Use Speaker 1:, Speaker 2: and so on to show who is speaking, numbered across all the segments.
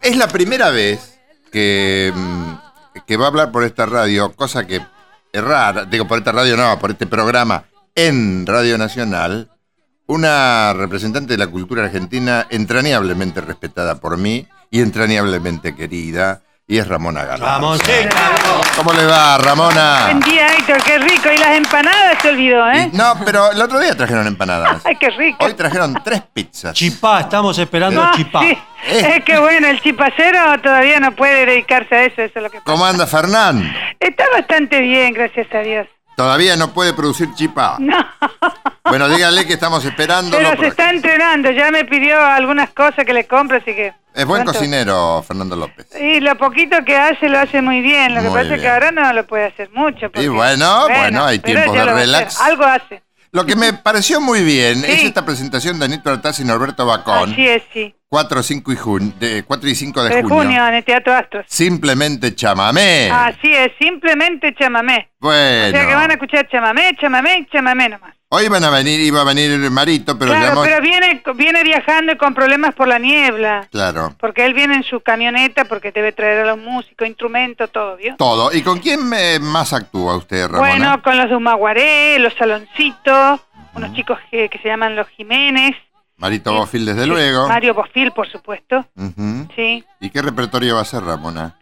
Speaker 1: Es la primera vez que, mm, que va a hablar por esta radio, cosa que es rara, digo por esta radio no, por este programa en Radio Nacional, una representante de la cultura argentina entrañablemente respetada por mí y entrañablemente querida, y es Ramona Garza. ¿Cómo le va,
Speaker 2: Buen
Speaker 1: Ramona?
Speaker 2: día, Héctor, qué rico. Y las empanadas se olvidó, ¿eh?
Speaker 1: Ah. Y- No, pero el otro día trajeron empanadas.
Speaker 2: Ay, qué rico.
Speaker 1: Hoy trajeron tres pizzas.
Speaker 3: Chipá, estamos esperando
Speaker 2: No,
Speaker 3: Chipá.
Speaker 2: Ah, sí.
Speaker 1: Eh.
Speaker 2: Es que bueno, el chipacero todavía no puede dedicarse a eso, eso es lo que pasa.
Speaker 1: ¿Cómo anda Fernán?
Speaker 2: Está bastante bien, gracias a Dios.
Speaker 1: Todavía no puede producir chipá.
Speaker 2: No,
Speaker 1: Bueno, dígale que estamos esperando.
Speaker 2: pero se está entrenando, ya me pidió algunas cosas que le compro, así que...
Speaker 1: Es buen
Speaker 2: pronto.
Speaker 1: cocinero, Fernando López.
Speaker 2: Y lo poquito que hace, lo hace muy bien. Lo que
Speaker 1: Muy
Speaker 2: pasa es que
Speaker 1: bien.
Speaker 2: ahora no lo puede hacer mucho. porque-
Speaker 1: bueno, bueno, hay
Speaker 2: pero
Speaker 1: tiempo
Speaker 2: ya
Speaker 1: de
Speaker 2: lo va a hacer,
Speaker 1: relax.
Speaker 2: Algo hace.
Speaker 1: Lo que me pareció muy bien es
Speaker 2: Sí.
Speaker 1: esta presentación de Anito Artaz y Norberto Bacón.
Speaker 2: Así es, sí.
Speaker 1: 4, 5 y jun- de 4 y 5 de,
Speaker 2: De
Speaker 1: junio.
Speaker 2: junio, en el Teatro Astros.
Speaker 1: Simplemente chamamé.
Speaker 2: Así es, simplemente chamamé.
Speaker 1: bueno.
Speaker 2: O sea que van a escuchar chamamé, chamamé y chamamé nomás.
Speaker 1: Hoy van a venir, iba a venir el Marito, pero
Speaker 2: claro,
Speaker 1: llamó-
Speaker 2: pero viene, viene viajando y con problemas por la niebla.
Speaker 1: Claro.
Speaker 2: Porque él viene en su camioneta porque debe traer a los músicos, instrumentos, todo, ¿vio?
Speaker 1: Todo. ¿Y con quién eh, más actúa usted, Ramona?
Speaker 2: Bueno, con los de Humaguaré, los Saloncitos, unos chicos que, que se llaman los Jiménez.
Speaker 1: Marito Bofil,
Speaker 2: eh,
Speaker 1: desde luego.
Speaker 2: Mario Bofil, por supuesto.
Speaker 1: Ujú.
Speaker 2: Sí.
Speaker 1: ¿Y qué repertorio va a ser, Ramona?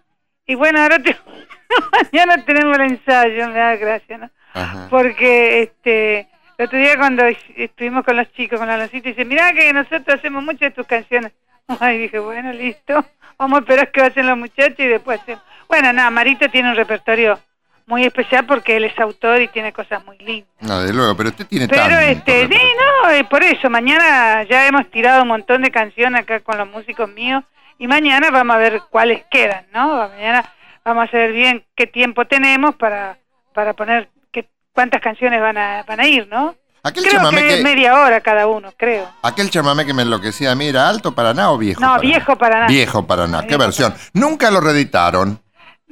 Speaker 2: Y bueno, ahora te- mañana tenemos el ensayo, me da gracia, ¿no?
Speaker 1: Ajá.
Speaker 2: Porque este, el otro día cuando es- estuvimos con los chicos, con los alocitos, dice, mirá que nosotros hacemos muchas de tus canciones. Ay, dije, bueno, listo, vamos a esperar que hacen los muchachos y después hacemos. Bueno, nada, Marito tiene un repertorio muy especial porque él es autor y tiene cosas muy lindas.
Speaker 1: No, desde luego, pero usted tiene
Speaker 2: Pero
Speaker 1: tanto
Speaker 2: este, sí,
Speaker 1: repertorio.
Speaker 2: no, eh, por eso, mañana ya hemos tirado un montón de canciones acá con los músicos míos y mañana vamos a ver cuáles quedan, ¿no? Mañana vamos a ver bien qué tiempo tenemos para, para poner qué, cuántas canciones van a, van a ir, ¿no?
Speaker 1: Aquel
Speaker 2: Creo
Speaker 1: chamamé
Speaker 2: que, es
Speaker 1: que,
Speaker 2: media hora cada uno, creo.
Speaker 1: aquel chamamé que me enloquecía a mí era alto Paraná o viejo
Speaker 2: No,
Speaker 1: Paraná?
Speaker 2: viejo Paraná.
Speaker 1: Viejo Paraná, qué
Speaker 2: Viejo
Speaker 1: versión. Nunca lo reeditaron.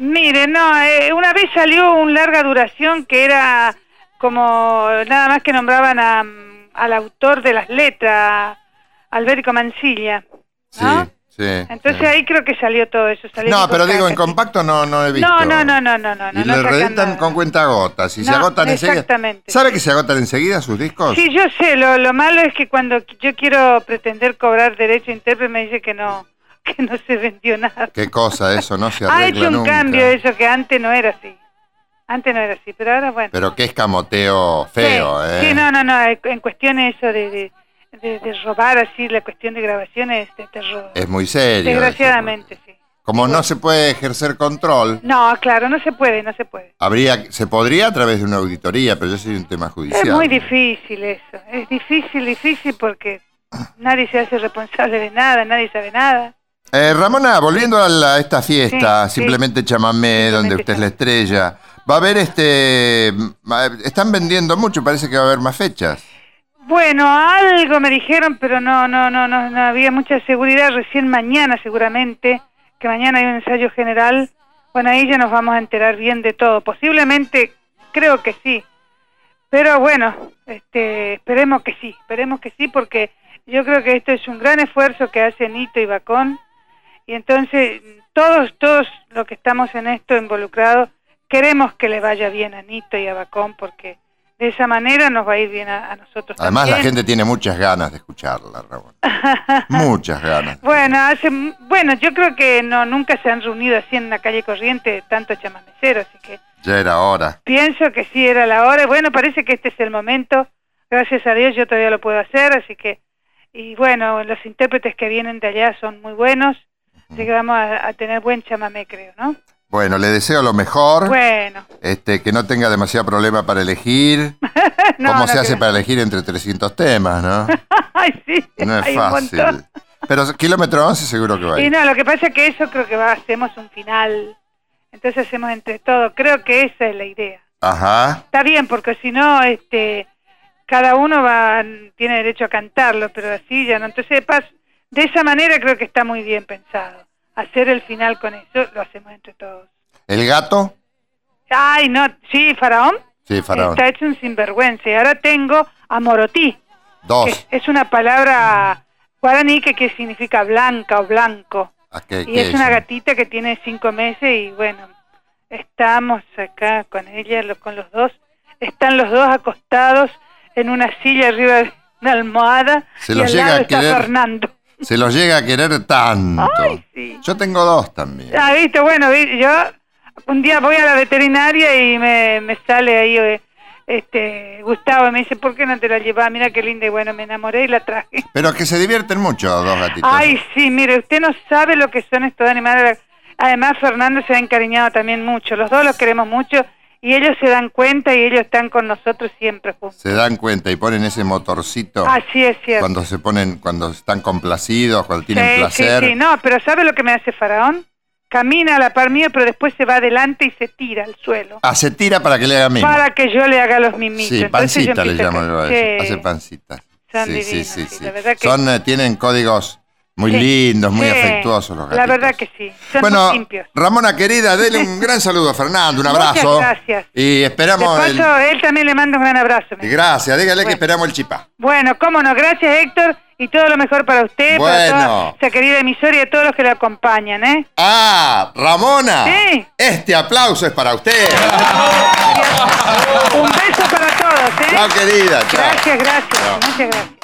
Speaker 2: Mire, no, eh, una vez salió un larga duración que era como nada más que nombraban a, al autor de las letras, Alberto Mancilla.
Speaker 1: Sí,
Speaker 2: ¿no?
Speaker 1: sí.
Speaker 2: Entonces
Speaker 1: sí.
Speaker 2: ahí creo que salió todo eso. salió
Speaker 1: No,
Speaker 2: tipo
Speaker 1: pero digo, en
Speaker 2: caca, sí.
Speaker 1: compacto no, no he visto.
Speaker 2: No, no, no, no, no, no.
Speaker 1: Y le
Speaker 2: no, no sacan
Speaker 1: reeditan
Speaker 2: nada.
Speaker 1: con cuentagotas. Y se
Speaker 2: No,
Speaker 1: agotan enseguida.
Speaker 2: exactamente.
Speaker 1: ¿Sabe que se agotan enseguida sus discos?
Speaker 2: Sí, yo sé, lo, lo malo es que cuando qu- yo quiero pretender cobrar derecho a intérprete me dice que no, que no se vendió nada.
Speaker 1: Qué cosa eso, no se arregla
Speaker 2: Ha hecho un
Speaker 1: nunca.
Speaker 2: cambio eso que antes no era así. Antes no era así, pero ahora bueno.
Speaker 1: Pero qué escamoteo feo,
Speaker 2: sí,
Speaker 1: ¿eh?
Speaker 2: sí, no, no, no, en- en cuestión eso de, de, de- de robar así, la cuestión de grabaciones de terror.
Speaker 1: Es muy serio. eso.
Speaker 2: Desgraciadamente, sí.
Speaker 1: Como no se puede ejercer control,
Speaker 2: No, claro, no se puede, no se puede.
Speaker 1: habría, se podría a través de una auditoría, pero yo soy un tema judicial.
Speaker 2: Es muy difícil eso. Es difícil, difícil porque nadie se hace responsable de nada, nadie sabe nada.
Speaker 1: Eh, Ramona, volviendo a, la- a esta fiesta,
Speaker 2: Sí,
Speaker 1: simplemente chamamé, donde usted es la estrella. Va a haber este. ma- Están vendiendo mucho, parece que va a haber más fechas.
Speaker 2: Bueno, algo me dijeron, pero no, no, no, no, no había mucha seguridad. Recién mañana, seguramente, que mañana hay un ensayo general. Bueno, ahí ya nos vamos a enterar bien de todo. Posiblemente, creo que sí. Pero bueno, este, esperemos que sí, esperemos que sí, porque yo creo que esto es un gran esfuerzo que hacen Nito y Bacón. Y entonces, todos, todos los que estamos en esto involucrados, queremos que le vaya bien a Nito y a Bacón, porque de esa manera nos va a ir bien a, a nosotros.
Speaker 1: Además, la
Speaker 2: también.
Speaker 1: gente tiene muchas ganas de escucharla, Ramona. Muchas ganas.
Speaker 2: Bueno, hace, m- bueno, yo creo que no nunca se han reunido así en una calle corriente tantos chamameceros, así que
Speaker 1: Ya era hora.
Speaker 2: pienso que sí era la hora. Y Bueno, parece que este es el momento. Gracias a Dios yo todavía lo puedo hacer, así que y bueno, los intérpretes que vienen de allá son muy buenos, así que vamos a, a tener buen chamamé, creo, ¿no?
Speaker 1: Bueno, le deseo lo mejor.
Speaker 2: Bueno,
Speaker 1: Este, que no tenga demasiado problema para elegir.
Speaker 2: no,
Speaker 1: ¿Cómo
Speaker 2: no
Speaker 1: se hace
Speaker 2: creo.
Speaker 1: para elegir entre 300 temas, no?
Speaker 2: Ay, sí,
Speaker 1: No es
Speaker 2: hay un
Speaker 1: fácil.
Speaker 2: montón.
Speaker 1: Pero kilómetro 11 seguro que va a
Speaker 2: Y
Speaker 1: ir.
Speaker 2: no, lo que pasa es que eso creo que va- hacemos un final. Entonces hacemos entre todos. Creo que esa es la idea.
Speaker 1: Ajá.
Speaker 2: Está bien, porque si no, este, cada uno va, tiene derecho a cantarlo, pero así ya no. Entonces, de, pas- de esa manera creo que está muy bien pensado. Hacer el final con eso lo hacemos entre todos.
Speaker 1: ¿El gato?
Speaker 2: Ay, no, sí, Faraón,
Speaker 1: Sí, faraón.
Speaker 2: está hecho un sinvergüenza. Y ahora tengo a Morotí, que
Speaker 1: Dos.
Speaker 2: es una palabra guaraní que, que significa blanca o blanco.
Speaker 1: ¿A Ah, qué-
Speaker 2: Y
Speaker 1: qué
Speaker 2: es
Speaker 1: es?
Speaker 2: una gatita que tiene cinco meses y bueno, estamos acá con ella, lo- con los dos. Están los dos acostados en una silla arriba de una almohada
Speaker 1: Se
Speaker 2: y
Speaker 1: los
Speaker 2: al
Speaker 1: llega
Speaker 2: lado
Speaker 1: a
Speaker 2: está
Speaker 1: querer.
Speaker 2: Fernando.
Speaker 1: Se los llega a querer tanto.
Speaker 2: Ay, sí.
Speaker 1: Yo tengo dos también.
Speaker 2: Ah, viste, bueno, vi- yo un día voy a la veterinaria y me, me sale ahí eh, este Gustavo y me dice, ¿por qué no te la llevas? Mira qué linda y bueno, me enamoré y la traje.
Speaker 1: Pero que se divierten mucho dos gatitos.
Speaker 2: Ay, sí, mire, usted no sabe lo que son estos animales. Además, Fernando se ha encariñado también mucho. Los dos los queremos mucho y ellos se dan cuenta y ellos están con nosotros siempre juntos.
Speaker 1: Se dan cuenta y ponen ese motorcito
Speaker 2: Así es Ah, cierto.
Speaker 1: cuando se ponen, cuando están complacidos, cuando tienen
Speaker 2: sí,
Speaker 1: placer.
Speaker 2: sí, sí, no, pero ¿sabe lo que me hace Faraón? Camina a la par mío, pero después se va adelante y se tira al suelo.
Speaker 1: Ah, se tira para que le haga mismo.
Speaker 2: Para que yo le haga los mimitos.
Speaker 1: Sí,
Speaker 2: Entonces yo
Speaker 1: pancita le
Speaker 2: empiezo a
Speaker 1: llamo yo a
Speaker 2: ca-
Speaker 1: eso.
Speaker 2: Sí.
Speaker 1: Hace pancitas.
Speaker 2: Son
Speaker 1: sí, sí,
Speaker 2: divinos,
Speaker 1: sí,
Speaker 2: sí,
Speaker 1: sí.
Speaker 2: la verdad que-
Speaker 1: Son, eh, tienen códigos muy
Speaker 2: Sí.
Speaker 1: lindos, muy
Speaker 2: Sí,
Speaker 1: afectuosos los
Speaker 2: La
Speaker 1: gatitos.
Speaker 2: verdad que sí. Son
Speaker 1: bueno,
Speaker 2: muy limpios.
Speaker 1: Ramona querida, dele un gran saludo a Fernando, un
Speaker 2: Muchas
Speaker 1: abrazo.
Speaker 2: gracias.
Speaker 1: Y esperamos
Speaker 2: De
Speaker 1: el-
Speaker 2: paso, él también le manda un gran abrazo. me
Speaker 1: y Gracias, dígale que
Speaker 2: Bueno.
Speaker 1: esperamos el chipá.
Speaker 2: Bueno, cómo no, gracias Héctor y todo lo mejor para usted, para
Speaker 1: Bueno.
Speaker 2: toda esa querida emisora y a todos los que la acompañan, ¿eh?
Speaker 1: Ah, Ramona.
Speaker 2: Sí.
Speaker 1: Este aplauso es para usted.
Speaker 2: Un beso para todos, ¿eh?
Speaker 1: Chao, querida. Chao.
Speaker 2: Gracias, gracias,
Speaker 1: Chao.
Speaker 2: muchas gracias.